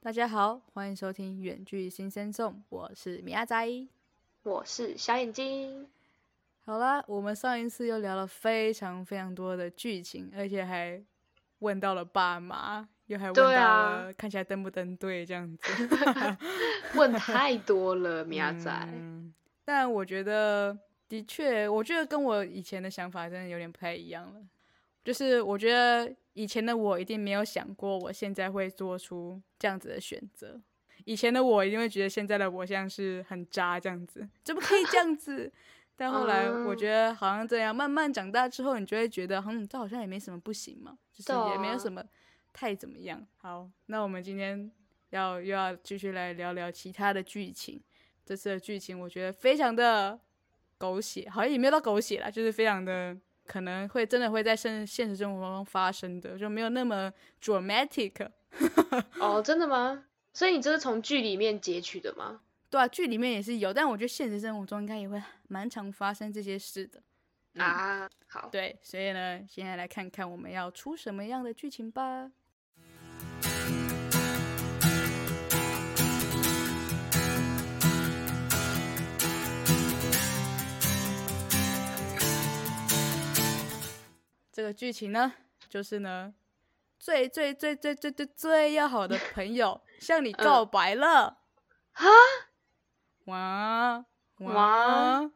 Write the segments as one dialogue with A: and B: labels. A: 大家好，欢迎收听《远距新生颂》，我是米亚仔。
B: 我是小眼睛，
A: 好啦，我们上一次又聊了非常非常多的剧情，而且还问到了爸妈，又还问到
B: 对啊
A: 了看起来登不登对这样子。
B: 问太多了， 米亚仔。
A: 嗯但我觉得的确，我觉得跟我以前的想法真的有点不太一样了。就是我觉得以前的我一定没有想过，我现在会做出这样子的选择。以前的我一定会觉得现在的我像是很渣这样子，怎么可以这样子？但后来
B: 嗯
A: 我觉得好像这样，慢慢长大之后，你就会觉得，嗯，这好像也没什么不行嘛，就是
B: 对啊
A: 也没有什么太怎么样。好，那我们今天要又要继续来聊聊其他的剧情。这次的剧情我觉得非常的狗血，好像也没有到狗血啦，就是非常的可能会真的会在现现实生活中发生的，就没有那么 dramatic。
B: 哦，真的吗？所以你这是从剧里面截取的吗？
A: 对啊，剧里面也是有，但我觉得现实生活中应该也会蛮常发生这些事的。嗯
B: 啊，好，
A: 对，所以呢，现在来看看我们要出什么样的剧情吧。这个剧情呢，就是呢，最最最最最最最要好的朋友向你告白了。
B: 嗯哈
A: 哇哇
B: 哇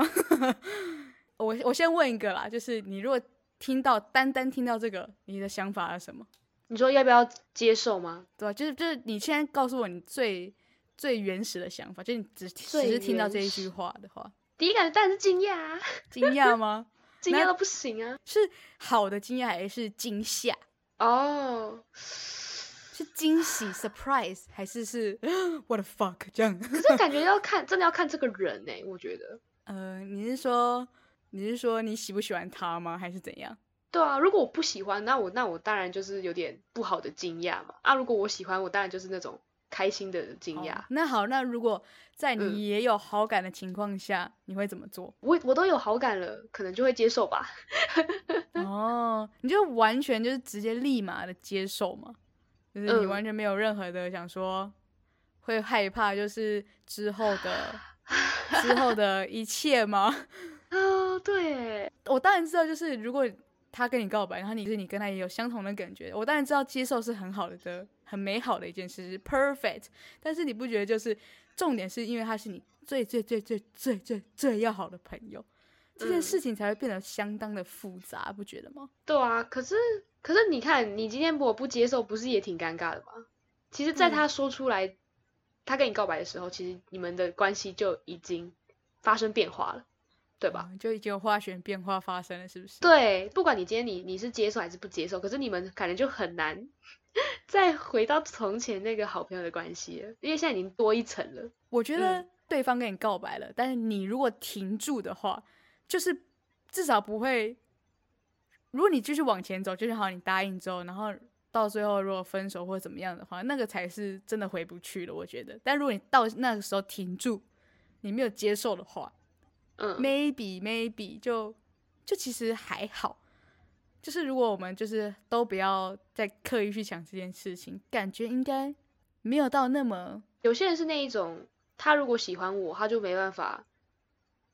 A: 哇！ 我我先问一个啦，就是你如果听到单单听到这个，你的想法是什么？
B: 你说要不要接受吗？
A: 对吧？就是就是你现在告诉我你最最原始的想法，就是你只只
B: 最
A: 是听到
B: 原
A: 这一
B: 始
A: 句话的 话，
B: 第一感觉当然是惊讶啊，
A: 惊讶吗？
B: 惊
A: 那
B: 讶到不行啊。
A: 是好的惊讶还是惊吓？
B: 哦，
A: 是惊喜 surprise 还是是 what the fuck 这样？
B: 可是感觉要看，真的要看这个人呢、我觉得。
A: 呃，你是说你是说你喜不喜欢他吗？还是怎样？
B: 对啊，如果我不喜欢，那我那我当然就是有点不好的惊讶嘛。啊，如果我喜欢，我当然就是那种开心的惊讶。
A: 哦那好，那如果在
B: 嗯
A: 你也有好感的情况下，你会怎么做？
B: 我我都有好感了，可能就会接受吧。嗯
A: 哦，你就完全就是直接立马的接受嘛，就是你
B: 嗯
A: 完全没有任何的想说会害怕，就是之后 的之后的一切吗？
B: 啊、对欸，
A: 我当然知道，就是如果他跟你告白，然后你就是你跟他也有相同的感觉，我当然知道接受是很好的、很美好的一件事，是 perfect。但是你不觉得就是重点是因为他是你最最最最最最最要好的朋友，这件
B: 嗯
A: 事情才会变得相当的复杂，不觉得吗？
B: 对啊，可是可是你看，你今天如果不接受，不是也挺尴尬的吗？其实，在
A: 嗯
B: 他说出来、他跟你告白的时候，其实你们的关系就已经发生变化了，对吧？
A: 嗯就已经有化学变化发生了，是不是？
B: 对，不管你今天你你是接受还是不接受，可是你们可能就很难 再回到从前那个好朋友的关系了，因为现在已经多一层了。
A: 我觉得
B: 嗯
A: 对方跟你告白了，但是你如果停住的话，就是至少不会。如果你继续往前走，就是好，你答应之后，然后到最后如果分手或怎么样的话，那个才是真的回不去了。我觉得，但如果你到那个时候停住，你没有接受的话
B: 嗯，
A: ，maybe maybe 就就其实还好。就是如果我们就是都不要再刻意去想这件事情，感觉应该没有到那么
B: 有些人是那一种，他如果喜欢我，他就没办法，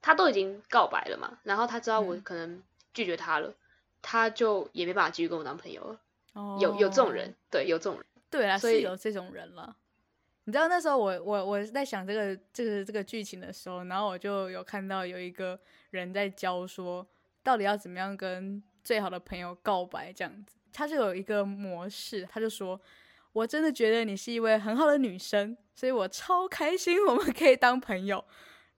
B: 他都已经告白了嘛，然后他知道我
A: 嗯
B: 可能拒绝他了，他就也没办法继续跟我当朋友了。
A: 哦
B: 有有这种人，对，有这种人，
A: 对啦，
B: 所
A: 是
B: 以
A: 有这种人了。你知道那时候我我我在想这个这个这个剧情的时候，然后我就有看到有一个人在教说，到底要怎么样跟最好的朋友告白这样子。他就有一个模式，他就说：“我真的觉得你是一位很好的女生，所以我超开心我们可以当朋友。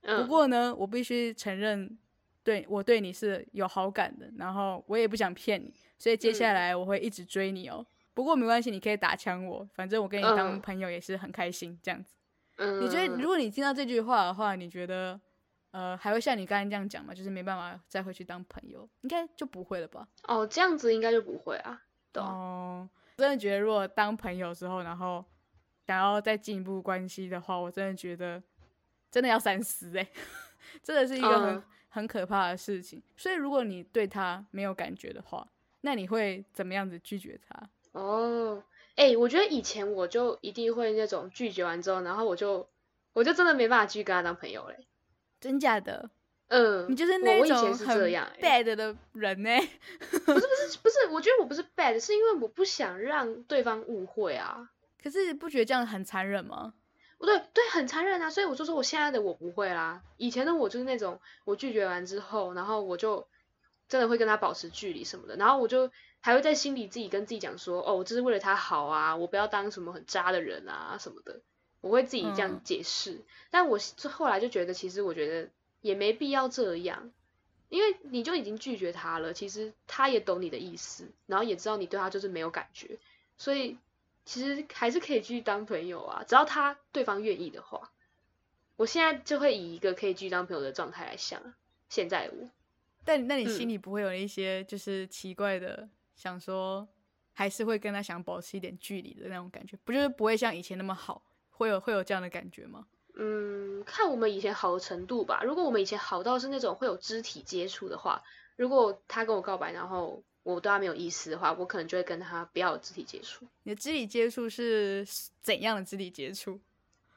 B: 嗯，
A: 不过呢，我必须承认，对我对你是有好感的，然后我也不想骗你，所以接下
B: 嗯
A: 来我会一直追你哦。不过没关系，你可以打枪我，反正我跟你当
B: 嗯
A: 朋友也是很开心这样子。
B: 嗯，
A: 你觉得，如果你听到这句话的话，你觉得，呃，还会像你刚才这样讲吗？就是没办法再回去当朋友，应该就不会了吧？
B: 哦这样子应该就不会啊，对啊，
A: 哦，真的觉得如果当朋友之后，然后想要再进一步关系的话，我真的觉得真的要三思哎、 真的是一个很、
B: 嗯
A: 很可怕的事情。所以如果你对他没有感觉的话，那你会怎么样子拒绝他？
B: 哦，哎、哎、我觉得以前我就一定会那种拒绝完之后，然后我就我就真的没办法继续跟他当朋友嘞。
A: 真假的？
B: 嗯
A: 你，就是
B: 我
A: 那
B: 我以
A: 种
B: 前是
A: 很
B: 这样欸
A: bad 的人呢、欸
B: 不是不是不是，我觉得我不是 bad，是因为我不想让对方误会啊。
A: 可是不觉得这样很残忍吗？
B: 不对对，很残忍啊！所以我就说我现在的我不会啦，以前的我就是那种我拒绝完之后，然后我就真的会跟他保持距离什么的，然后我就还会在心里自己跟自己讲说，哦，我这是为了他好啊，我不要当什么很渣的人啊什么的，我会自己这样
A: 嗯
B: 解释。但我是后来就觉得，其实我觉得也没必要这样，因为你就已经拒绝他了，其实他也懂你的意思，然后也知道你对他就是没有感觉，所以其实还是可以继续当朋友啊，只要他对方愿意的话。我现在就会以一个可以继续当朋友的状态来想啊，现在的我
A: 但那你
B: 嗯
A: 心里不会有一些就是奇怪的，想说还是会跟他想保持一点距离的那种感觉，不就是不会像以前那么好，会有会有这样的感觉吗？
B: 嗯，看我们以前好的程度吧。如果我们以前好到是那种会有肢体接触的话，如果他跟我告白，然后我对他没有意思的话，我可能就会跟他不要有肢体接触。
A: 你的肢体接触是怎样的肢体接触？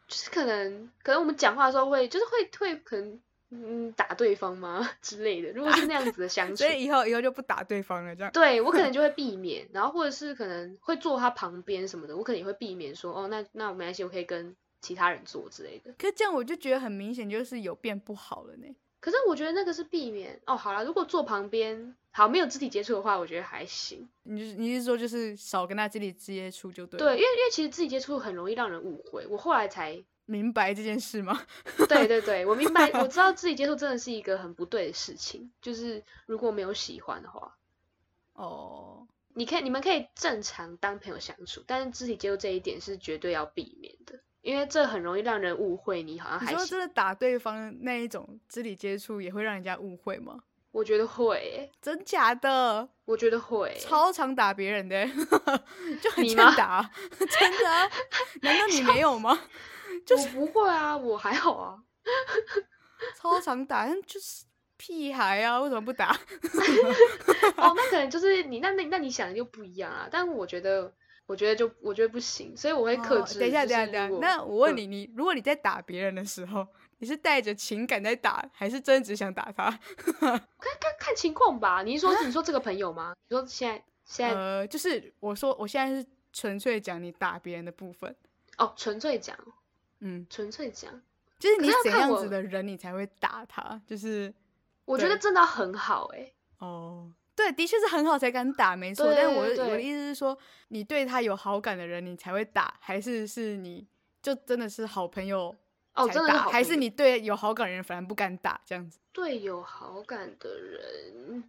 B: 就是可能可能我们讲话的时候会，就是会会可能嗯打对方吗 之类的。如果是那样子的相处
A: 所，以以后以后就不打对方了，这样。
B: 对我可能就会避免，然后或者是可能会坐他旁边什么的，我可能也会避免说哦，那那没关系，我可以跟其他人坐之类的。
A: 可是这样我就觉得很明显就是有变不好了呢。
B: 可是我觉得那个是避免哦。好啦，如果坐旁边好没有肢体接触的话，我觉得还行。
A: 你就是你是说就是少跟他肢体接触就对了，
B: 对，因为因为其实肢体接触很容易让人误会。我后来才
A: 明白这件事吗？
B: 对对对，我明白，我知道肢体接触真的是一个很不对的事情。就是如果没有喜欢的话，
A: 哦，
B: 你可以你们可以正常当朋友相处，但是肢体接触这一点是绝对要避免的，因为这很容易让人误会你好像
A: 你
B: 啊还
A: 说
B: 行。
A: 真的打对方那一种肢体接触也会让人家误会吗？
B: 我觉得会欸，
A: 真假的，
B: 我觉得会欸。
A: 超常打别人的 欸、就很
B: 你
A: 欠
B: 吗
A: 打 啊、真的、啊？难道你没有吗？
B: 我不会啊，我还好啊。
A: 超常打，但就是屁孩啊，为什么不 打？
B: 哦，那可能就是你那那那你想的就不一样啊。但我觉得，我觉得就我觉得不行，所以我会克
A: 哦
B: 制。
A: 等一下，
B: 就
A: 等一下，
B: 是
A: 等一下。
B: 如果
A: 那我问
B: 嗯
A: 你，你如果你在打别人的时候，你是带着情感在打，还是真的只想打他？
B: 看看看情况吧。你是说
A: 啊
B: 你说这个朋友吗？你说现在现在、
A: 呃，就是我说我现在是纯粹讲你打别人的部分，
B: 哦，纯粹讲，
A: 嗯，
B: 纯粹讲，
A: 就是
B: 可
A: 你
B: 是要
A: 怎
B: 看
A: 样
B: 我
A: 子的人你才会打他，就是
B: 我觉得
A: 对
B: 真的很好哎、
A: 哦。对，的确是很好才敢打，没错。
B: 对
A: 但我
B: 对
A: 的我的
B: 对
A: 意思是说，你对他有好感的人，你才会打，还是是你就真的是好朋友
B: 哦，
A: 才
B: 真的
A: 打
B: 是好
A: 还
B: 朋
A: 是
B: 友
A: 你对有好感的人反而不敢打这样子？
B: 对有好感的人，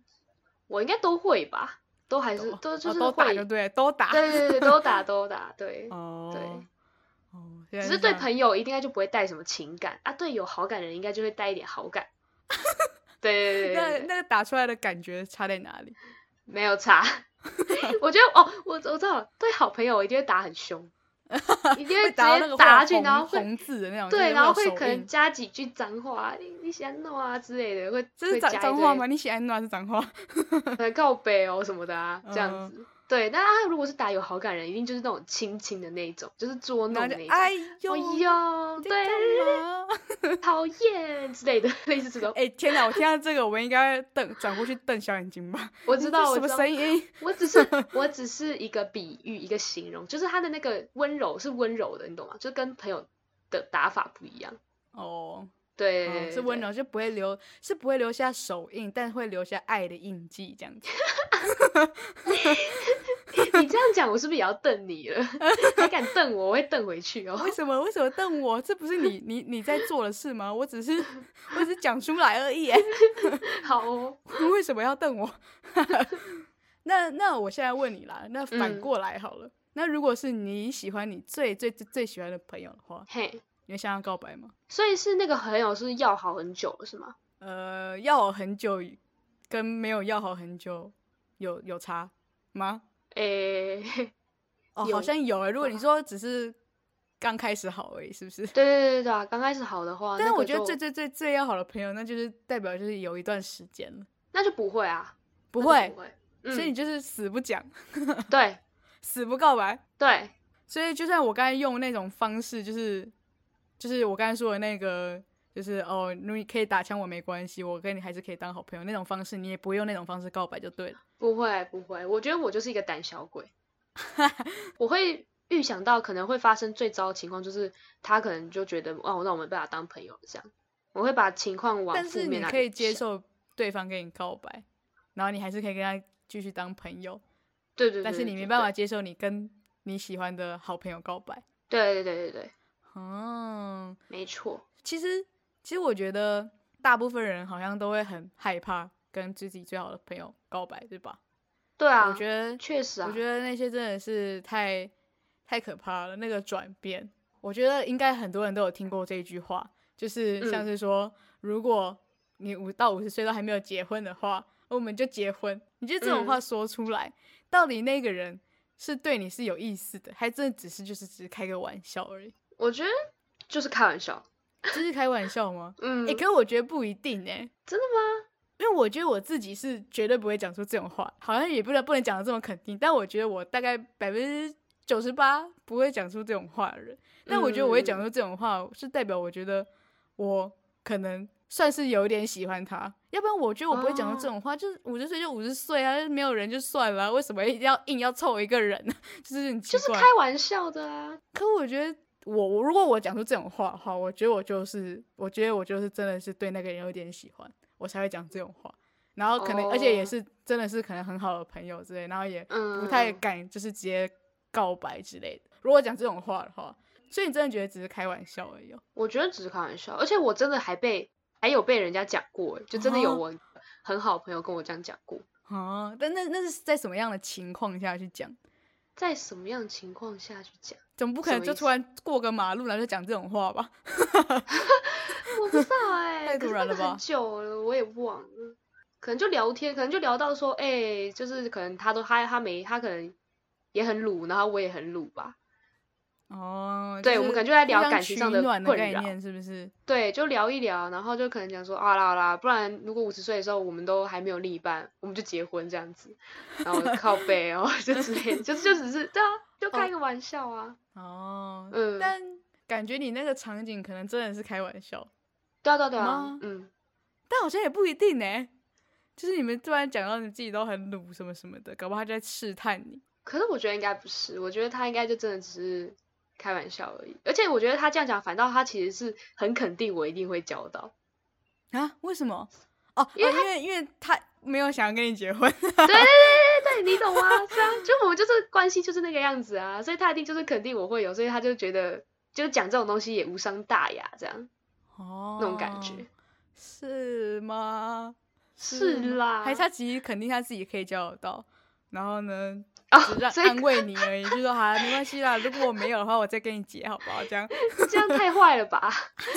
B: 我应该都会吧，都还是都就
A: 哦
B: 是
A: 都打
B: 会，
A: 就对了，都打。
B: 对对对，都打都打，对。
A: 哦，哦，原
B: 只
A: 来
B: 是对
A: 这样
B: 朋友一定该就不会带什么情感啊，对有好感的人应该就会带一点好感。对对对对
A: 那
B: 对对，
A: 那个打出来的感觉差在哪里？
B: 没有差。 我觉得哦，我我知道了，对好朋友我一定会打很 凶，一定会
A: 会
B: 直
A: 打到那
B: 接
A: 个
B: 打下
A: 会有
B: 去，然后
A: 红
B: 会
A: 红字的那种，就是
B: 对，然后
A: 有
B: 会
A: 手
B: 可能
A: 印
B: 加几句脏话，你你想弄啊之类的，会
A: 这是
B: 会
A: 脏
B: 加一
A: 脏话
B: 堆
A: 吗？你喜欢哪是脏话？
B: 可能告白哦什么的啊，这样
A: 嗯
B: 子。对，但他如果是打有好感人，一定就是那种亲亲的那一种，就是捉
A: 然后
B: 弄的
A: 就啊
B: 那一种。
A: 哎
B: 哎
A: 呦，
B: 呦，
A: 在
B: 对，
A: 干嘛？
B: 讨厌之类的， 类似这种。
A: 哎天哪！我听到这个，我应该瞪转过去瞪小眼睛吧？
B: 我
A: 我
B: 知道，我
A: 哎什
B: 知
A: 么
B: 道，
A: 声音？
B: 我 只是我只是一个比喻，一个形容，就是他的那个温柔是温柔的，你懂吗？就跟朋友的打法不一样。
A: 哦，
B: 对，
A: 哦
B: 对
A: 是温。柔，就不会留，是不会留下手印，但会留下爱的印记，这样子。
B: 对对你这样讲，我是不是也要瞪你了？ 还敢瞪我，我会瞪回去哦。
A: 为什么？为什么瞪我？这不是你你你在做的事吗？我只是我只是讲出来而已耶。
B: 好哦，
A: 为什么要瞪我？ 那那我现在问你啦，那反
B: 嗯
A: 过来好了。那如果是你喜欢你最最最最喜欢的朋友的话，
B: 嘿，
A: 你会向他告白吗？
B: 所以是那个朋友是要好很久了，是吗？
A: 呃，要好很久跟没有要好很久有有差吗？
B: 诶、
A: 哦，
B: 有
A: 好像有诶、如果你
B: 吧
A: 说只是刚开始好而已，是不 是？
B: 对对对对啊，刚开始好的话，
A: 但是
B: 那
A: 我
B: 个
A: 觉得
B: 就
A: 最最最最要好的朋友，那就是代表就是有一段时间了，
B: 那就不会啊，
A: 不
B: 那就
A: 会
B: 不，会，
A: 所以你
B: 嗯，
A: 就是死不讲，
B: 对，
A: 死不告白。
B: 对，
A: 所以就算我刚才用那种方式，就是就是我刚才说的那个，就是哦，你可以打枪我没关系，我跟你还是可以当好朋友那种方式，你也不会用那种方式告白就对了。
B: 不会不会，我觉得我就是一个胆 小鬼，我会预想到可能会发生最糟的情况，就是他可能就觉得哦，那我们把他当朋友这样，我会把情况往
A: 但
B: 负
A: 是你
B: 面那
A: 可以
B: 里
A: 接
B: 想，
A: 受对方跟你告白，然后你还是可以跟他继续当朋友，
B: 对对对，
A: 但是
B: 对
A: 你
B: 对
A: 没办
B: 对
A: 法接受你跟你喜欢的好朋友告白。
B: 对对对对对，
A: 嗯，
B: 没错，
A: 其实，其实我觉得大部分人好像都会很害怕跟自己最好的朋友告白，对吧？
B: 对啊，
A: 我觉得，
B: 确实啊，
A: 我觉得那些真的是太太可怕了，那个转变。我觉得应该很多人都有听过这一句话，就是像
B: 嗯
A: 是说，如果你五到五十岁都还没有结婚的话，我们就结婚。你觉得这种
B: 嗯
A: 话说出来，到底那个人是对你是有意思的，还真的只是就是只是开个玩笑而已？
B: 我觉得就是开玩笑，
A: 这是开玩笑吗？
B: 嗯，
A: 哎、可是我觉得不一定哎、
B: 真的吗？
A: 因为我觉得我自己是绝对不会讲出这种话，好像也不能不能讲的这么肯定，但我觉得我大概百分之九十八不会讲出这种话的人。但我觉得我会
B: 嗯
A: 讲出这种话，是代表我觉得我可能算是有点喜欢他，要不然我觉得我不会讲出这种话。就是五十岁就五十岁啊，就是没有人就算了啊、为什么一定要硬要凑一个人呢？ 就是很奇
B: 就是
A: 怪
B: 开。玩笑的啊，
A: 可我觉得我我如果我讲出这种话的话，我觉得我就是我觉得我就是真的是对那个人有点喜欢，我才会讲这种话。然后可能、而且也
B: 哦
A: 是真的是可能很好的朋友之类，然后也
B: 嗯，
A: 不太敢就是直接告白之类的。如果讲这种话的话，所以你真的觉得只是开玩笑而已、哦。
B: 我觉得只是开玩笑，而且我真的还被还有被人家讲过欸，就真的有
A: 哦
B: 我很好的朋友跟我这样讲过。
A: 啊，但那那是在什么样的情况下去讲？
B: 在什么样的情况下去讲？
A: 总不可
B: 什
A: 能
B: 么
A: 就
B: 意
A: 突然过个马路然后就讲这种话吧？
B: 我不知 道哎、
A: 太
B: 可
A: 突
B: 是
A: 然
B: 那
A: 了
B: 个
A: 吧
B: 很久了，我也忘了。可能就聊天，可能就聊到说，哎、就是可能他都他他没他可能也很鲁，然后我也很鲁吧。
A: 哦，
B: 对
A: 就
B: 我们
A: 是
B: 可能就在
A: 互
B: 聊
A: 相
B: 感情
A: 取
B: 上的
A: 暖的
B: 困
A: 概
B: 扰
A: 念，是不是？
B: 对，就聊一聊，然后就可能讲说，啊啦啦，不然如果五十岁的时候我们都还没有另一半，我们就结婚这样子，然后靠背哦，就之类的，就就只是对啊，就开个玩笑啊，
A: 哦，
B: 嗯
A: 但感觉你那个场景可能真的是开玩笑，
B: 对啊对啊对啊
A: 吗，
B: 嗯，
A: 但好像也不一定呢、就是你们突然讲到你自己都很鲁什么什么的，搞不好他就在试探你。
B: 可是我觉得应该不是，我觉得他应该就真的只是开玩笑而已，而且我觉得他这样讲，反倒他其实是很肯定我一定会交到，
A: 啊？为什么？哦，
B: 因
A: 因为、因为因为他没有想要跟你结 婚，
B: 对对对对对，你懂啊，是啊，就我们就是关系就是那个样子啊，所以他一定就是肯定我会有，所以他就觉得就是讲这种东西也无伤大雅这样。
A: 哦，
B: 那种感觉。
A: 是吗？
B: 是
A: 吗
B: 啦，
A: 嗯还是他其实肯定他自己可以交得到，然后呢，只
B: 哦，
A: 让
B: 所
A: 安
B: 以
A: 慰你而已，就说好、啊，没关系啦，如果我没有的话，我再跟你结好不好？这样。
B: 这样太坏了吧？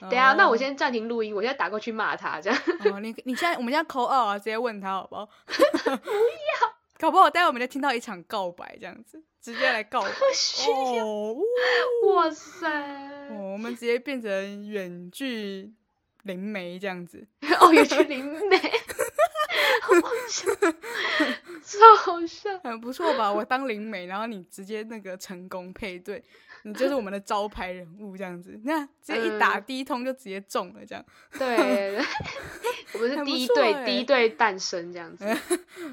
A: 等
B: 等一下，那我先暂停录音，我现在打过去骂他，这样
A: 哦，你你现在我们现在扣二啊，直接问他好不好？ 不要，搞不好待会我们就听到一场告白这样子，直接来 告白。
B: 不需要。
A: 哦，呜
B: 哇塞，
A: 哦我们直接变成远距灵媒这样子。
B: 哦，有去灵媒， 好好笑，超好笑。
A: 很嗯不错吧？我当灵媒，然后你直接那个成功配对，你就是我们的招牌人物这样子。那直接一打
B: 嗯
A: 第一通就直接中了，这样
B: 对， 我
A: 很
B: 们是
A: 不
B: 第一
A: 错
B: 对，
A: 欸
B: 第一对诞生这样子。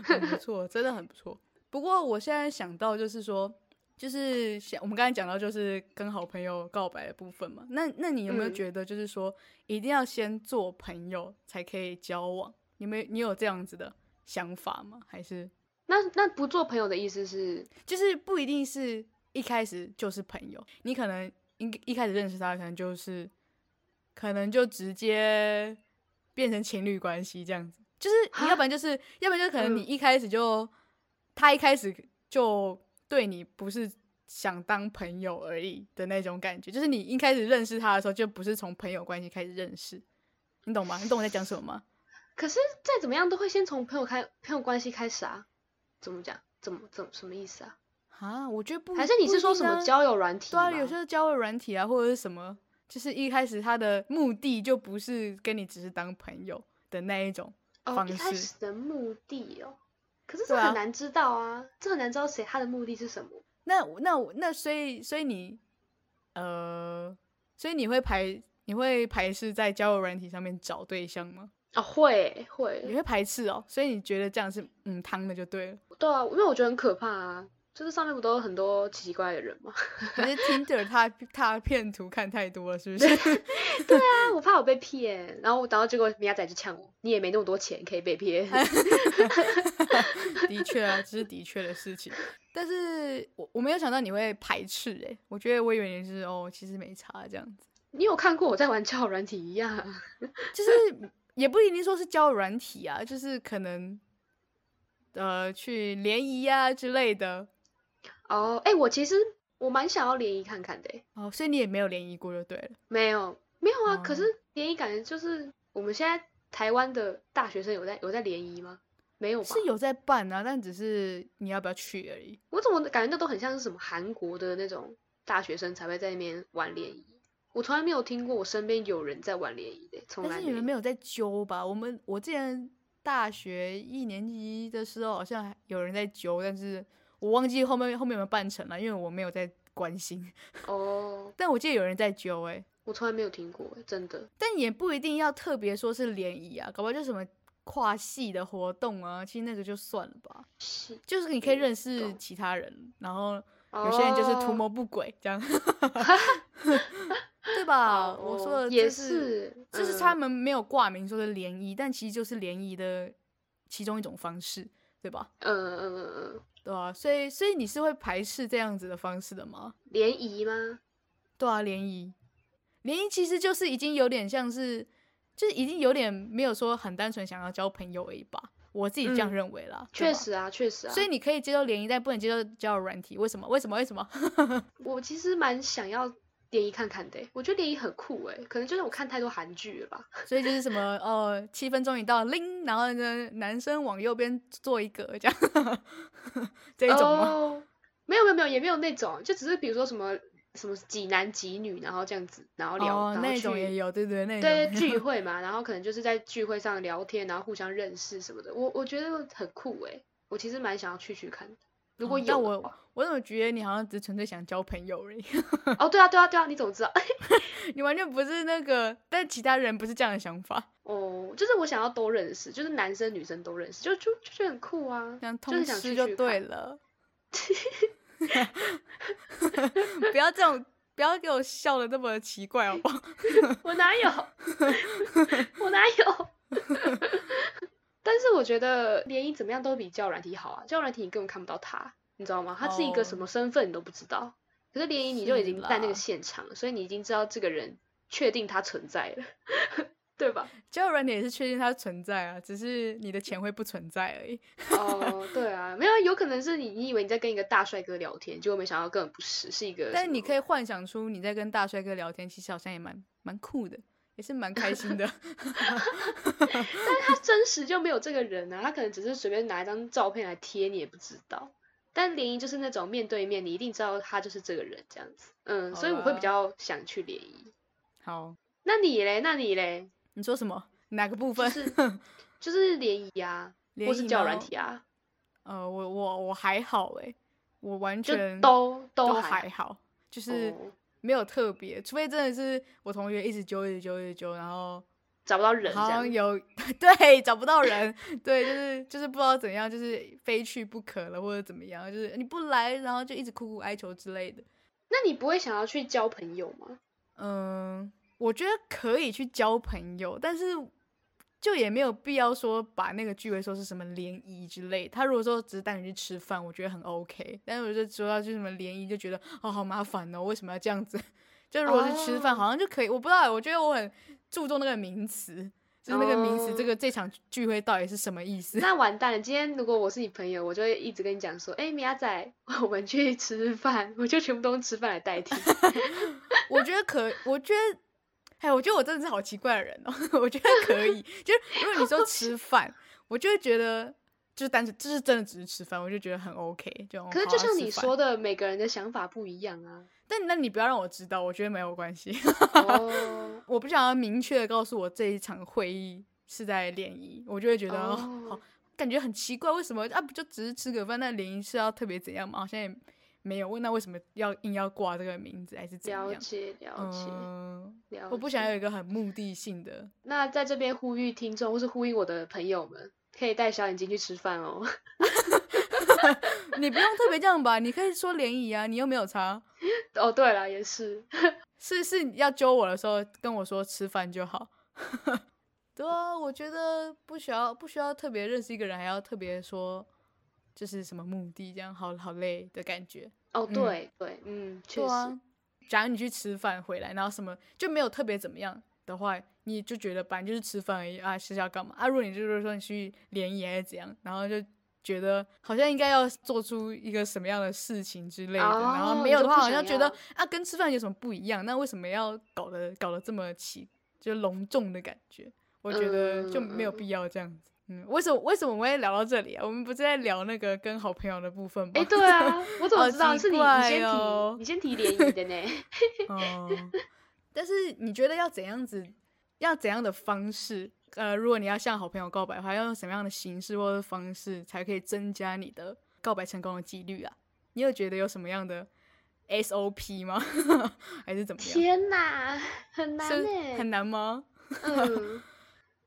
A: 很不错，真的很不错。不过我现在想到就是说，就是想我们刚才讲到就是跟好朋友告白的部分嘛。那那你有没有
B: 嗯
A: 觉得就是说，一定要先做朋友才可以交往？你没你有这样子的想法吗？还是
B: 那那不做朋友的意思是，
A: 就是不一定是一开始就是朋友，你可能一一开始认识他，可能就是可能就直接变成情侣关系这样子，就是你要不然就是，要不然就可能
B: 啊嗯
A: 你一开始就、他一开始就对你不是。想当朋友而已的那种感觉，就是你一开始认识他的时候，就不是从朋友关系开始认识，你懂吗？你懂我在讲什么吗？
B: 可是再怎么样都会先从朋友开朋友关系开始啊？怎么讲？怎么怎么什么意思啊？
A: 啊，我觉得不一，
B: 还是你
A: 不
B: 是
A: 一
B: 说
A: 定
B: 什么
A: 啊
B: 交友软体
A: 对
B: 吗？
A: 啊，有些交友软体啊，或者是什么，就是一开始他的目的就不是跟你只是当朋友的那一种
B: 哦，
A: 方
B: 一开
A: 式。
B: 始的目的哦。可可是这
A: 对啊
B: 很难知道啊，这很难知道谁他的目的是什么。
A: 那我那我那所以所以你呃，所以你会排你会排斥在交友软体上面找对象吗？
B: 啊、会
A: 你
B: 会，
A: 哦会排斥哦，所以你觉得这样是嗯汤的就对了。
B: 对啊，因为我觉得很可怕啊，就是上面不都有很多奇奇怪怪的人吗？
A: 可是 Tinder 它它骗图看太多了，是不是？
B: 啊，我怕我被骗，然后我然后结果米亚仔就呛我，你也没那么多钱可以被骗。
A: 的确啊，这是的确的事情。但是我我没有想到你会排斥诶、我觉得我以为你是哦，其实没差这样子，
B: 你有看过我在玩交友软体一样啊？
A: 就是也不一定说是交友软体啊，就是可能呃去联谊啊之类的
B: 哦，哎，我其实我蛮想要联谊看看的欸，
A: 哦，所以你也没有联谊过就对了。
B: 没有没有啊，可
A: 哦
B: 是联谊感觉就是我们现在台湾的大学生有在有在联谊吗？没有吧？
A: 是有在办啊，但只是你要不要去而已。
B: 我怎么感觉那都很像是什么韩国的那种大学生才会在那边玩联谊？我从来没有听过我身边有人在玩联谊的，从
A: 但
B: 来
A: 是
B: 没
A: 你们没
B: 有。
A: 有在揪吧？我们我之前大学一年级的时候，好像还有人在揪，但是我忘记后面后面有没有办成了，因为我没有在关心。
B: 哦，
A: 但我记得有人在揪、欸，
B: 我从来没有听过，真的。
A: 但也不一定要特别说是联谊啊，搞不好就什么跨系的活动啊，其实那个就算了吧。
B: 是，
A: 就是你可以
B: 嗯
A: 认识
B: 懂
A: 其他人，然后有些人就是图
B: 哦
A: 谋不轨这 样， 对吧？
B: 哦
A: 我说的
B: 也
A: 这
B: 是，
A: 就是
B: 嗯
A: 他们没有挂名说的联谊，但其实就是联谊的其中一种方式，对吧？
B: 嗯嗯嗯嗯，
A: 对啊，所以所以你是会排斥这样子的方式的吗？
B: 联谊吗？
A: 对啊，联谊，联谊其实就是已经有点像是，就是已经有点没有说很单纯想要交朋友而已吧，我自己这样
B: 嗯
A: 认为啦，对
B: 确
A: 吧。
B: 实啊，确实啊。
A: 所以你可以接受联谊，但不能接受交友软体，为什么？为什么？为什么？
B: 我其实蛮想要联谊看看的欸，我觉得联谊很酷哎，可能就是我看太多韩剧了吧。
A: 所以就是什么哦，七分钟一到铃，然后呢，男生往右边做一个这样， 这一种吗？
B: 哦，没有没有没有，也没有那种，就只是比如说什么什么几男几女，然后这样子，然后聊，
A: 哦
B: 然，后
A: 那
B: 去
A: 种也有，对对，那
B: 对
A: 种
B: 聚会嘛，然后可能就是在聚会上聊天，然后互相认识什么的。我我觉得很酷诶，我其实蛮想要去去看的。如果
A: 哦
B: 有
A: 但
B: 的
A: 我
B: 话
A: 我怎么觉得你好像只纯粹想交朋友而已，
B: 哦，对啊对啊对啊，你怎么知道？
A: 你完全不是那个，但其他人不是这样的想法，
B: 哦，就是我想要都认识，就是男生女生都认识，就就就觉得很酷啊。
A: 想
B: 就
A: 通
B: 是想
A: 吃
B: 去
A: 就
B: 去
A: 对
B: 看
A: 了， 不要这种，不要给我笑的那么奇怪好不 好？
B: 我哪有？ 我哪有？ 但是我觉得联谊怎么样都比交友软体好啊，交友软体你根本看不到他，你知道吗？他是一个什
A: 哦
B: 么身份你都不知道，可是联谊你就已
A: 是
B: 经在那
A: 啦
B: 个现场了，所以你已经知道这个人确定他存在了， 对吧？
A: 交友软体也是确定它存在啊，只是你的钱会不存在而已。
B: 哦， 对啊，没有，有可能是你你以为你在跟一个大帅哥聊天，结果没想到根本不是，是一个。
A: 但你可
B: 以，
A: 以幻想出你在跟大帅哥聊天，其实好像也蛮蛮酷的，也是蛮开心 的。
B: 但是他真实就没有这个人啊，他可能只是随便拿一张照片来贴，你也不知道。但联谊就是那种面对面，你一定知道他就是这个人这样子，嗯，
A: 好
B: 所以我会
A: 啦
B: 比较想去联谊。
A: 好，
B: 那你嘞？那你嘞？
A: 你说什么？哪个部分？
B: 是就是联谊啊，
A: 联
B: 或
A: 谊
B: 是交友软
A: 吗
B: 体啊，
A: 呃，我我我还好诶、我完
B: 就
A: 全
B: 都
A: 都
B: 还好
A: 还好，就是
B: 哦
A: 没有特别，除非真的是我同学一直揪一直揪一直揪，然后
B: 找不到人这
A: 好像
B: 样。
A: 有 对找不到人， 对，就是就是不知道怎样，就是非去不可了，或者怎么样，就是你不来，然后就一直苦苦哀求之类的。
B: 那你不会想要去交朋友 吗？
A: 嗯，我觉得可以去交朋友，但是就也没有必要说把那个聚会说是什么联谊之类。他如果说只是带你去吃饭，我觉得很 OK。但是我就说要去什么联谊，就觉得哦好麻烦哦，为什么要这样子？ 就如果是吃饭，
B: 哦
A: 好像就可以。我不知道，我觉得我很注重那个名词，就是那个名词，这
B: 哦
A: 个这场聚会到底是什么意思？
B: 那完蛋了！今天如果我是你朋友，我就会一直跟你讲说，哎、米亚仔，我们去吃饭，我就全部都用吃饭来代替。
A: 我觉得可，我觉得，哎，我觉得我真的是好奇怪的人哦。 我觉得可以，就是如果你说 吃饭，我就会觉得就是单纯，就是真的只是吃饭，我就觉得很 OK。就哦
B: 可是
A: 好
B: 就
A: 好
B: 像
A: 吃
B: 你
A: 饭
B: 说，的，每个人的想法不一样 啊。
A: 但那你不要让我知道，我觉得没有关系。
B: 哦，
A: 我不想要明确的告诉我这一场会议是在联谊，我就会觉得、哦、
B: 哦
A: 好，感觉很奇怪，为什么啊？不就只是吃个饭，那联谊是要特别怎样吗？好像也没有问，那为什么要硬要挂这个名字，还是怎样？
B: 了解了解、
A: 嗯，
B: 了解。
A: 我不想有一个很目的性的。
B: 那在这边呼吁听众，或是呼吁我的朋友们，可以带小眼睛去吃饭哦。
A: 你不用特别这样吧，你可以说联谊啊，你又没有差。
B: 哦，对了，也是，
A: 是是要揪我的时候跟我说吃饭就好。 对啊，我觉得不需要不需要特别认识一个人，还要特别说就是什么目的，这样好好累的感觉。
B: 哦，
A: 嗯
B: 对、对，嗯，确
A: 对
B: 实，
A: 啊，假如你去吃饭回来，然后什么就没有特别怎么样的话，你就觉得反正就是吃饭而已啊，是要干嘛啊？如果你就是说你去联谊还是啊怎样，然后就觉得好像应该要做出一个什么样的事情之类的，
B: 哦
A: 然后没有的话，好
B: 你就
A: 像
B: 不想
A: 觉得
B: 要
A: 啊跟吃饭有什么不一样？那为什么要搞得搞得这么奇，就隆重的感觉？我觉
B: 嗯
A: 得就没有必要这样子。嗯，为什么为什么我们会聊到这里啊？我们不是在聊那个跟好朋友的部分吗？
B: 哎、对啊， 我怎
A: 好
B: 么知道
A: 奇
B: 是你你
A: 怪
B: 先提
A: 哦
B: 你先提联谊的呢？
A: 哦，但是你觉得要怎样子，要怎样的方式？呃，如果你要向好朋友告白的话，要用什么样的形式或者方式才可以增加你的告白成功的几率啊？你有觉得有什么样的 SOP 吗？ 还是怎么样？
B: 天哪，很难
A: 是
B: 呢，
A: 很难吗？
B: 嗯，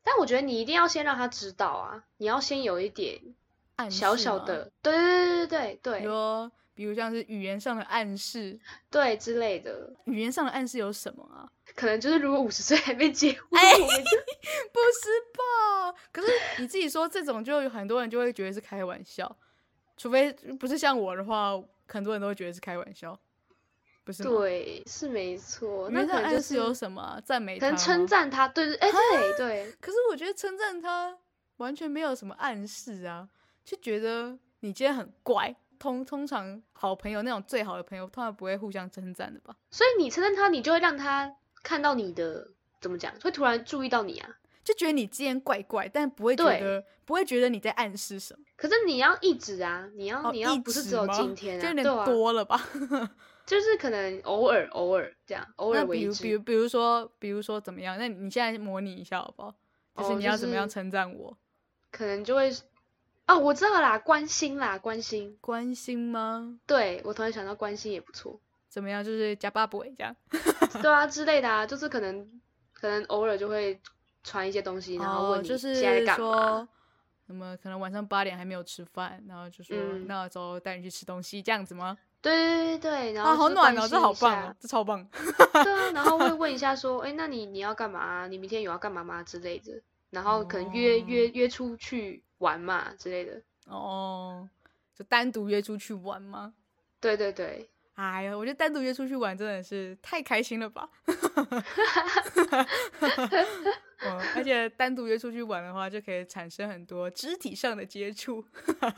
B: 但我觉得你一定要先让他知道啊，你要先有一点
A: 暗示
B: 小小
A: 吗，
B: 的，对对对对
A: 比如
B: 对
A: 说，比如像是语言上的暗示，
B: 对之类的，
A: 语言上的暗示有什么啊？
B: 可能就是如果五十岁还没结婚，
A: 哎
B: 我们就
A: 不是吧？ 可是你自己说这种，就有很多人就会觉得是开玩笑，除非不是像我的话，很多人都会觉得是开玩笑，不是吗？
B: 对，是没错，那
A: 你
B: 可能就
A: 暗示有什么啊赞、美
B: 可
A: 他
B: 能
A: 吗？啊
B: 称赞他，对对，哎、对对，
A: 可是我觉得称赞他完全没有什么暗示啊，就觉得你今天很怪。通通常好朋友那种最好的朋友，通常不会互相称赞的吧？
B: 所以你称赞他，你就会让他看到你的怎么讲，会突然注意到你啊。
A: 就觉得你今天怪怪，但不会觉
B: 对
A: 得不会觉得你在暗示什么。
B: 可是你要一直啊，你要、
A: 哦
B: 你要
A: 一
B: 不是
A: 直
B: 只有
A: 吗
B: 今天
A: 就
B: 啊，
A: 有
B: 对
A: 点
B: 啊，
A: 多了吧？
B: 就是可能偶尔偶尔这样，偶
A: 那
B: 尔
A: 比
B: 为
A: 如
B: 之。
A: 比如比如说比如说怎么样？那你现在模拟一下好不好？就是
B: 哦
A: 你
B: 就
A: 要怎么样
B: 是
A: 称赞我？
B: 可能就会，哦，我知道啦，关心啦，关心。
A: 关心吗？
B: 对，我突然想到关心也不错，
A: 怎么样？就是加巴布这样。
B: 对啊之类的啊，就是可能可能偶尔就会传一些东西，然后
A: 哦
B: 问你
A: 就是
B: 现在在干嘛。
A: 说什么？可能晚上八点还没有吃饭，然后就说、
B: 嗯
A: 那我走，带你去吃东西这样子吗？
B: 对对对对，然后
A: 啊，好
B: 就是
A: 暖
B: 关
A: 哦，
B: 心
A: 这好
B: 一
A: 棒
B: 下
A: 哦，这超棒。
B: 对啊，然后会问一下说，哎，那你你要干嘛啊？你明天有要干嘛吗？之类的，然后可能约约约出去玩嘛之类的。
A: 哦，就单独约出去玩吗？
B: 对对对，
A: 哎呀，我觉得单独约出去玩真的是太开心了 吧！嗯，而且单独约出去玩的话，就可以产生很多肢体上的接触，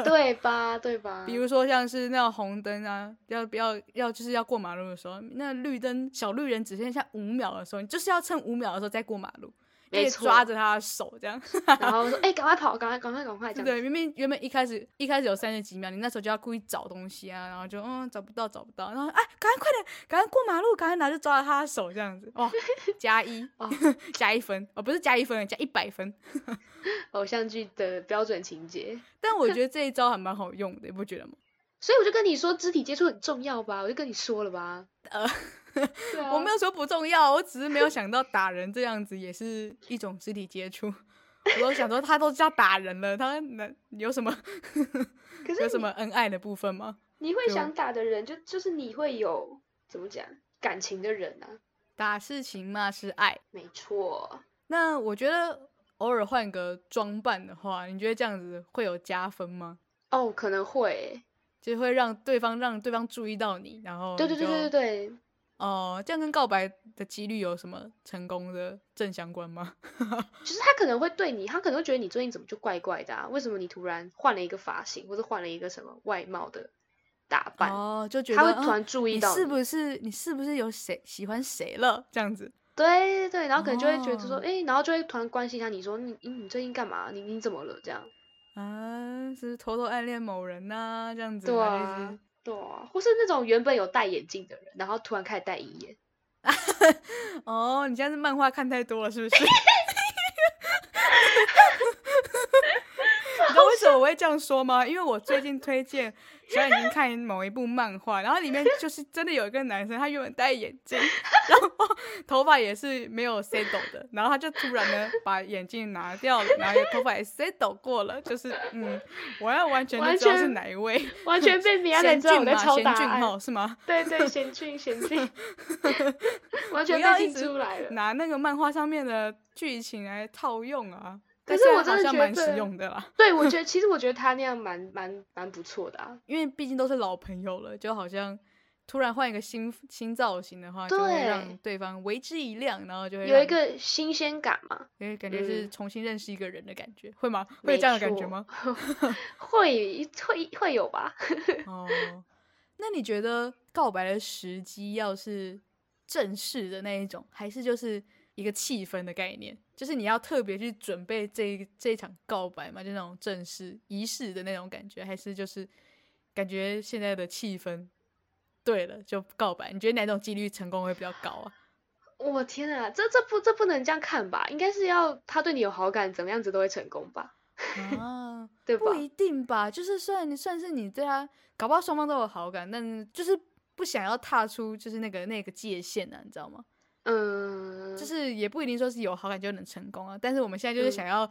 B: 对吧？对吧？
A: 比如说像是那种红灯啊，要不要要就是要过马路的时候，那绿灯小绿人只剩下五秒的时候，你就是要趁五秒的时候再过马路，你
B: 没
A: 可以
B: 错
A: 抓着他的手这样，
B: 然后说，哎，赶快跑，赶快赶快赶快这
A: 对
B: 样
A: 对，
B: 子。
A: 明明原本一开始一开始有三十几秒，你那时候就要故意找东西啊，然后就嗯找不到找不到，然后哎赶快快点，赶快过马路，赶快拿就抓着他的手这样子， 哇，加一
B: 哦
A: 加一分哦，不是加一分，加一百分。
B: 偶像剧的标准情节。
A: 但我觉得这一招还蛮好用的，你不觉得吗？
B: 所以我就跟你说，肢体接触很重要吧，我就跟你说了吧。呃，对啊，
A: 我没有说不重要，我只是没有想到打人这样子也是一种肢体接触。 我都想说他都叫打人了，他能有什么
B: 可是
A: 有什
B: 你
A: 么恩爱的部分吗？
B: 你会
A: 就
B: 想打的人，就就是你会有怎么讲感情的人啊，
A: 打是情，骂是爱。
B: 没错。
A: 那我觉得偶尔换个装扮的话，你觉得这样子会有加分吗？
B: 哦，可能会欸，
A: 就会让对方让对方注意到你，然后
B: 对对
A: 你
B: 对对对
A: 就
B: 对，
A: 哦、这样跟告白的几率有什么成功的正相关吗？
B: 就是他可能会对你，他可能会觉得你最近怎么就怪怪的啊？为什么你突然换了一个发型，或者换了一个什么外貌的打扮？
A: 哦，就觉得
B: 他会
A: 啊
B: 突然注意
A: 你
B: 到
A: 是不是你是不是有谁喜欢谁了这样子？
B: 对对对，然后可能就会觉得说，
A: 哦
B: 诶，然后就会突然关心他，你说你你最近干嘛？你你怎么了？这样，
A: 啊，是不是偷偷暗恋某人呐、这样子，
B: 对
A: 然后就
B: 啊
A: 是，
B: 对啊，或是那种原本有戴眼镜的人，然后突然开始戴隐眼，
A: 哦，你现在是 漫画看太多了，是不是？知道为什么我会这样说吗？因为我最近推荐小眼睛看某一部漫画，然后里面就是真的有一个男生，他原本戴眼镜，然后头发也是没有 settle 的，然后他就突然呢把眼镜拿掉了，然后头发也 settle 过了，就是嗯，我要完全就知道是哪一位。
B: 完全被米亚
A: 贤
B: 仔知道
A: 俊
B: 我在
A: 嘛，
B: 抄
A: 贤
B: 答
A: 俊
B: 案。
A: 浩是吗？
B: 对对，贤俊贤 俊，完
A: 不
B: 全
A: 要
B: 被
A: 一
B: 听
A: 直
B: 出来了。
A: 拿那个漫画上面的剧情来套用啊。
B: 可
A: 但
B: 是我
A: 好
B: 真的
A: 像
B: 觉
A: 蛮
B: 得
A: 实用的啦，
B: 对，我觉得其实我觉得他那样蛮蛮蛮不错的啊。
A: 因为毕竟都是老朋友了，就好像突然换一个新新造型的话，就会
B: 对
A: 让对方为之一亮，然后就会
B: 有一
A: 让
B: 个新鲜感嘛，
A: 因为感觉是
B: 嗯
A: 重新认识一个人的感觉，会吗？会
B: 没
A: 有这样的感觉
B: 错
A: 吗？？
B: 会会会有吧？
A: 哦，那你觉得告白的时机要是正式的那一种，还是就是一个气氛的概念？就是你要特别去准备这一这一场告白嘛，就那种正式仪式的那种感觉，还是就是感觉现在的气氛对了就告白？你觉得哪种几率成功会比较高啊？
B: 我天啊，这这不这不能这样看吧？应该是要他对你有好感，怎么样子都会成功吧？
A: 啊，
B: 对吧
A: 不？一定吧，就是算算是你对他，搞不好双方都有好感，但就是不想要踏出就是那个那个界限啊，你知道吗？
B: 嗯，
A: 就是也不一定说是有好感就能成功啊。但是我们现在就是
B: 嗯
A: 想要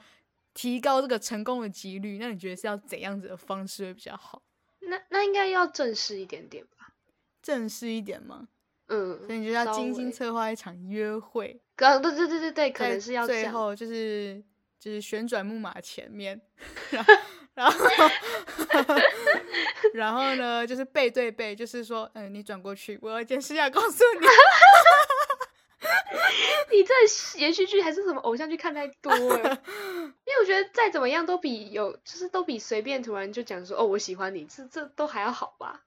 A: 提高这个成功的几率，那你觉得是要怎样子的方式会比较好？
B: 那那应该要正式一点点吧？
A: 正式一点吗？所
B: 嗯，
A: 以你就要
B: 稍
A: 精心
B: 微
A: 策划一场约会，
B: 可对对对对对，可
A: 在
B: 能是要这
A: 最
B: 样。
A: 后就是就是旋转木马前面， 然后然后然后呢就是背对背，就是说嗯你转过去，我有一件事要告诉你。
B: 你这连续剧还是什么偶像剧看太多 了？因为我觉得再怎么样都比有，就是都比随便突然就讲说哦我喜欢你，这这都还要好吧？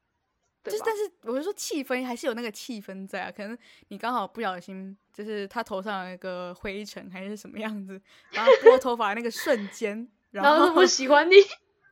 A: 就
B: 对
A: 是，
B: 吧
A: 但？是我是说气氛还是有那个气氛在啊，可能你刚好不小心，就是他头上有一个灰尘还是什么样子，然后拨头发的那个瞬间，然
B: 然
A: 后
B: 后说我喜欢你，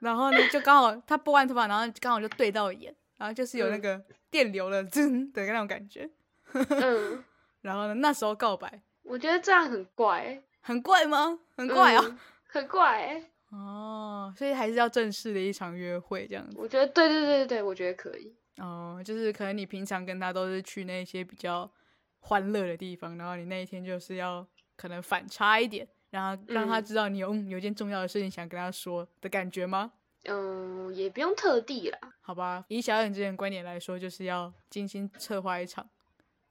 A: 然后呢就刚好他拨完头发，然后刚好就对到眼，然后就是有那
B: 嗯
A: 个电流了， 真的那种感觉。
B: 嗯，
A: 然后呢，那时候告白
B: 我觉得这样很怪欸，
A: 很怪吗？很怪啊、
B: 嗯很怪欸。
A: 哦，所以还是要正式的一场约会这样子。
B: 我觉得对对对对对，我觉得可以。
A: 哦，就是可能你平常跟他都是去那些比较欢乐的地方，然后你那一天就是要可能反差一点，然后让他
B: 嗯
A: 知道你有嗯有一件重要的事情想跟他说的感觉吗？
B: 嗯，也不用特地啦，
A: 好吧，以小眼之前的观点来说，就是要精心策划一场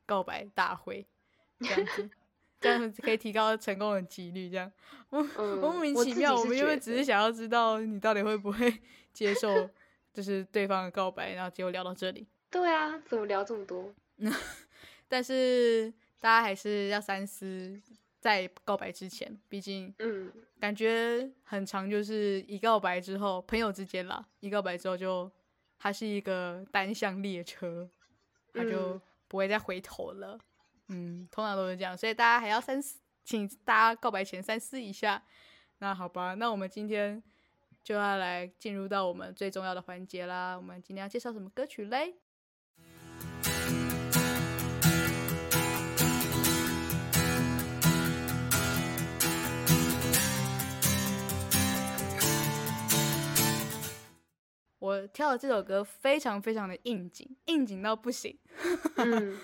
A: 告白大会，这样子，这样子可以提高成功的几率。这样，我、
B: 嗯
A: 我莫名
B: 我
A: 其
B: 自己
A: 妙，我
B: 是
A: 们因为
B: 觉
A: 只是想要知道你到底会不会接受，就是对方的告白，然后结果聊到这里。
B: 对啊，怎么聊这么多？
A: 但是大家还是要三思，在告白之前，毕竟
B: 嗯，
A: 感觉很长，就是一告白之后，朋友之间啦，一告白之后就它是一个单向列车，它就
B: 嗯
A: 不会再回头了。嗯通常都是这样，所以大家还要三思，请大家告白前三思一下。那好吧，那我们今天就要来进入到我们最重要的环节啦。我们今天要介绍什么歌曲嘞？我挑的这首歌非常非常的应景，应景到不行。
B: 嗯，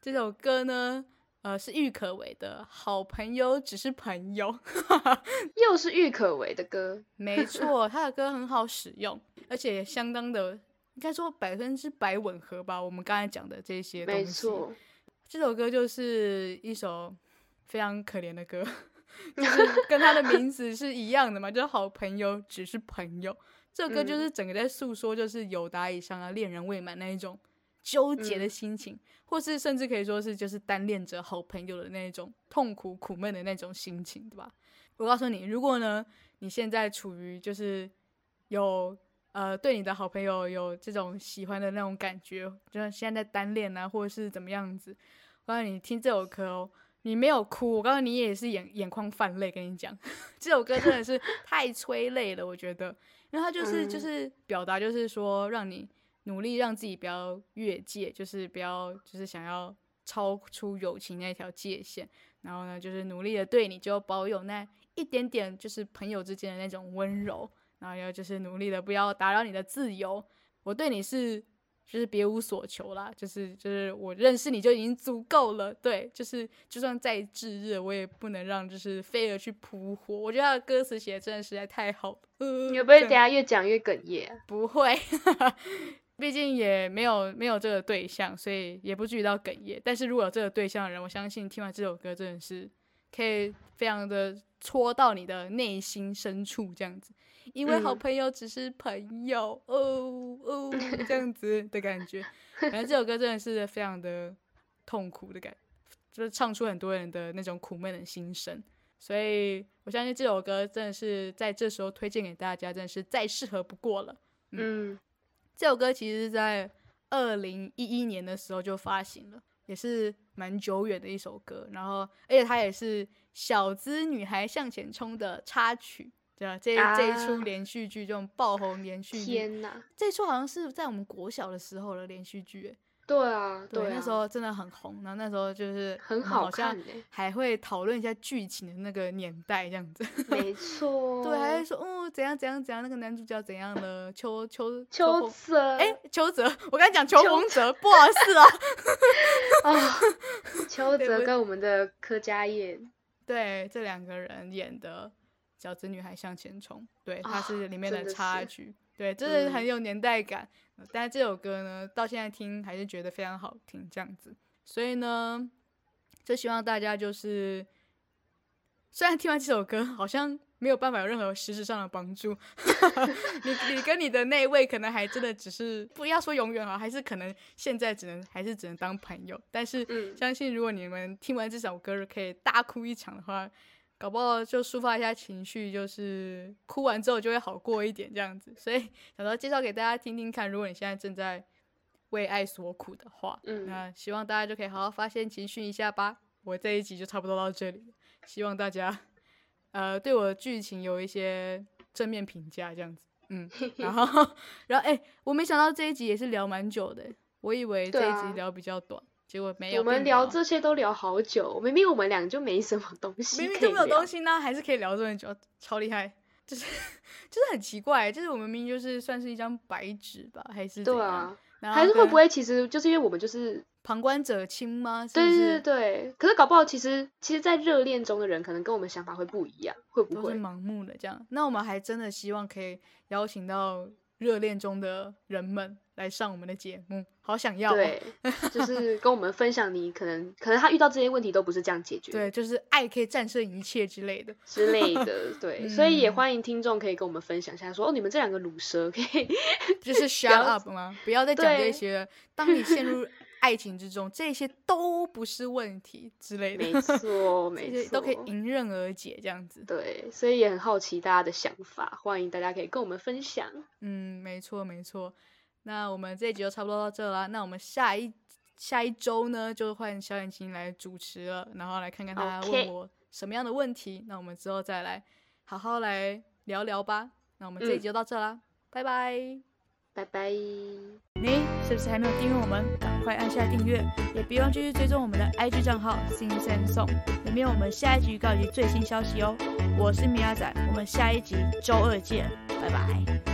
A: 这首歌呢，呃，是郁可唯的《好朋友只是朋友》，
B: 又是郁可唯的歌，
A: 没错，他的歌很好使用，而且也相当的，应该说百分之百吻合吧。我们刚才讲的这些东西，
B: 没错，
A: 这首歌就是一首非常可怜的歌， 就是跟它的名字是一样的嘛，就是好朋友只是朋友。这首歌就
B: 嗯
A: 是整个在诉说，就是友达以上啊，恋人未满那一种纠结的
B: 嗯
A: 心情，或是甚至可以说是就是单恋者好朋友的那一种痛苦苦闷的那种心情，对吧？我告诉你，如果呢你现在处于就是有呃对你的好朋友有这种喜欢的那种感觉，就是现在在单恋啊，或者是怎么样子，我告诉你，听这首歌哦，你没有哭，我告诉你，你也是眼眼眶泛泪。跟你讲， 这首歌真的是太催泪了，我觉得，因为它就是、就
B: 嗯
A: 是表达，就是说让你努力让自己不要越界，就是不要就是想要超出友情那条界限，然后呢，就是努力的对你就保有那一点点就是朋友之间的那种温柔，然后要就是努力的不要打扰你的自由。我对你是就是别无所求啦，就是就是我认识你就已经足够了。对，就是就算再炙热，我也不能让就是飞蛾去扑火。我觉得他的歌词写的真的实在太好了。呃
B: 你会不会
A: 这
B: 等
A: 样
B: 下越讲越哽咽啊、
A: 不会， 毕竟也没有没有这个对象，所以也不至于到哽咽。但是如果有这个对象的人，我相信听完这首歌真的是可以非常的戳到你的内心深处，这样子。因为好
B: 嗯
A: 朋友只是朋友，哦哦，这样子的感觉。反正这首歌真的是非常的痛苦的感，就是唱出很多人的那种苦闷的心声。所以我相信这首歌真的是在这时候推荐给大家，真的是再适合不过了。
B: 嗯
A: 这首歌其实是在二零一一年的时候就发行了，也是蛮久远的一首歌。然后，而且它也是《小资女孩向前冲》的插曲，对吧？这这一出
B: 啊
A: 连续剧，这种爆红连
B: 嗯
A: 续剧，
B: 天哪，
A: 这一出好像是在我们国小的时候的连续剧，欸
B: 对啊，
A: 对，
B: 啊，
A: 那时候真的很红。然后那时候就是
B: 很
A: 我们
B: 好
A: 好像
B: 看欸
A: 还会讨论一下剧情的那个年代这样子。
B: 没 错，
A: 对，还会说哦怎样怎样怎样，那个男主角怎样了，邱邱
B: 邱
A: 风
B: 泽，
A: 哎， 邱泽，我刚才讲邱
B: 邱
A: 洪泽，不好意思哦。
B: 啊，邱
A: 对不
B: 泽
A: 起
B: 跟我们的柯佳燕，
A: 对，这两个人演的《小资女孩向前冲》，对，它
B: 啊
A: 是里面
B: 真
A: 的
B: 的
A: 插
B: 是
A: 曲，对，真的很
B: 嗯
A: 有年代感。呃但是这首歌呢，到现在听还是觉得非常好听，这样子。所以呢，就希望大家就是，虽然听完这首歌好像没有办法有任何实质上的帮助， 你你跟你的那一位可能还真的只是不要说永远啊，还是可能现在只能还是只能当朋友。但是
B: 嗯
A: 相信如果你们听完这首歌可以大哭一场的话，搞不好就抒发一下情绪，就是哭完之后就会好过一点这样子。所以想说介绍给大家听听看，如果你现在正在为爱所苦的话，
B: 嗯
A: 那希望大家就可以好好发泄情绪一下吧。我这一集就差不多到这里了，希望大家呃对我的剧情有一些正面评价这样子。 嗯，然后然后哎、我没想到这一集也是聊蛮久的，我以为这
B: 对
A: 一
B: 啊
A: 集聊比较短，结果没有。
B: 我们
A: 并
B: 聊这些都聊好久，明明我们俩就没什么东西，
A: 明明就没有东
B: 西，
A: 西呢，还是可以聊这么久，超厉害。就是就是很奇怪，就是我们明明就是算是一张白纸吧，还是怎
B: 对
A: 样
B: 啊，
A: 然后
B: 还是会
A: 跟
B: 不会其实就是因为我们就是
A: 旁观者清吗？是不
B: 对
A: 是
B: 对对对，可是搞不好其实其实，在热恋中的人可能跟我们想法会不一样，会不
A: 都是
B: 会？
A: 盲目的这样。那我们还真的希望可以邀请到热恋中的人们来上我们的节目，好想要、哦。
B: 对，就是跟我们分享你可能可能他遇到这些问题都不是这样解决
A: 对，就是爱可以战胜一切之类的。
B: 之类的，对，所以也
A: 嗯
B: 欢迎听众可以跟我们分享一下说，哦，你们这两个乳蛇可以，
A: 就是 shut
B: 要
A: up 吗？不要再讲这
B: 对
A: 些了。当你陷 入爱情之中，这些都不是问题之 类的。
B: 没错
A: 这
B: 没
A: 些
B: 错，
A: 都可以迎刃而解，这样子。
B: 对，所以也很好奇大家的想法，欢迎大家可以跟我们分享。
A: 嗯，没错没错。那我们这一集就差不多到这啦。那我们下一下一周呢，就换小眼睛来主持了，然后来看看他
B: OK
A: 问我什么样的问题。那我们之后再来好好来聊聊吧。那我们这一集就到这啦，拜拜。
B: 拜拜。
A: 你是不是还没有订阅我们？赶快按下订阅，也别忘继续追踪我们的 IG 账号 Sing Sam Song，里面有我们下一集预告以及最新消息哦。我是米亚仔，我们下一集周二见，拜拜。